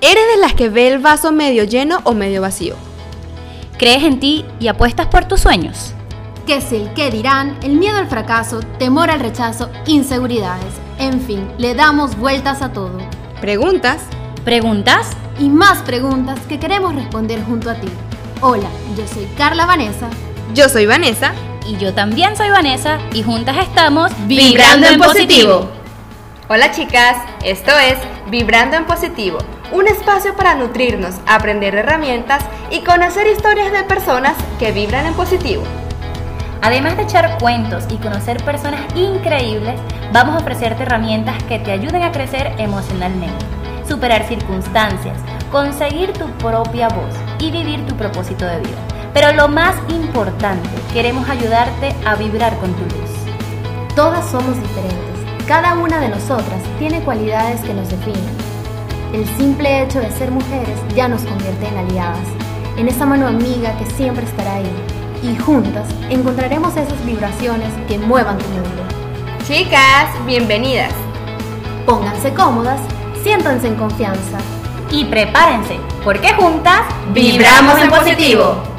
¿Eres de las que ve el vaso medio lleno o medio vacío? ¿Crees en ti y apuestas por tus sueños? ¿Qué es el qué dirán? El miedo al fracaso, temor al rechazo, inseguridades. En fin, le damos vueltas a todo. ¿Preguntas? ¿Preguntas? Y más preguntas que queremos responder junto a ti. Hola, yo soy Carla Vanessa. Yo soy Vanessa. Y yo también soy Vanessa y juntas estamos Vibrando en Positivo. Hola chicas, esto es Vibrando en Positivo, un espacio para nutrirnos, aprender herramientas y conocer historias de personas que vibran en positivo. Además de echar cuentos y conocer personas increíbles, vamos a ofrecerte herramientas que te ayuden a crecer emocionalmente, superar circunstancias, conseguir tu propia voz y vivir tu propósito de vida. Pero lo más importante, queremos ayudarte a vibrar con tu luz. Todas somos diferentes. Cada una de nosotras tiene cualidades que nos definen. El simple hecho de ser mujeres ya nos convierte en aliadas, en esa mano amiga que siempre estará ahí. Y juntas encontraremos esas vibraciones que muevan tu mundo. Chicas, bienvenidas. Pónganse cómodas, siéntanse en confianza y prepárense, porque juntas vibramos en positivo.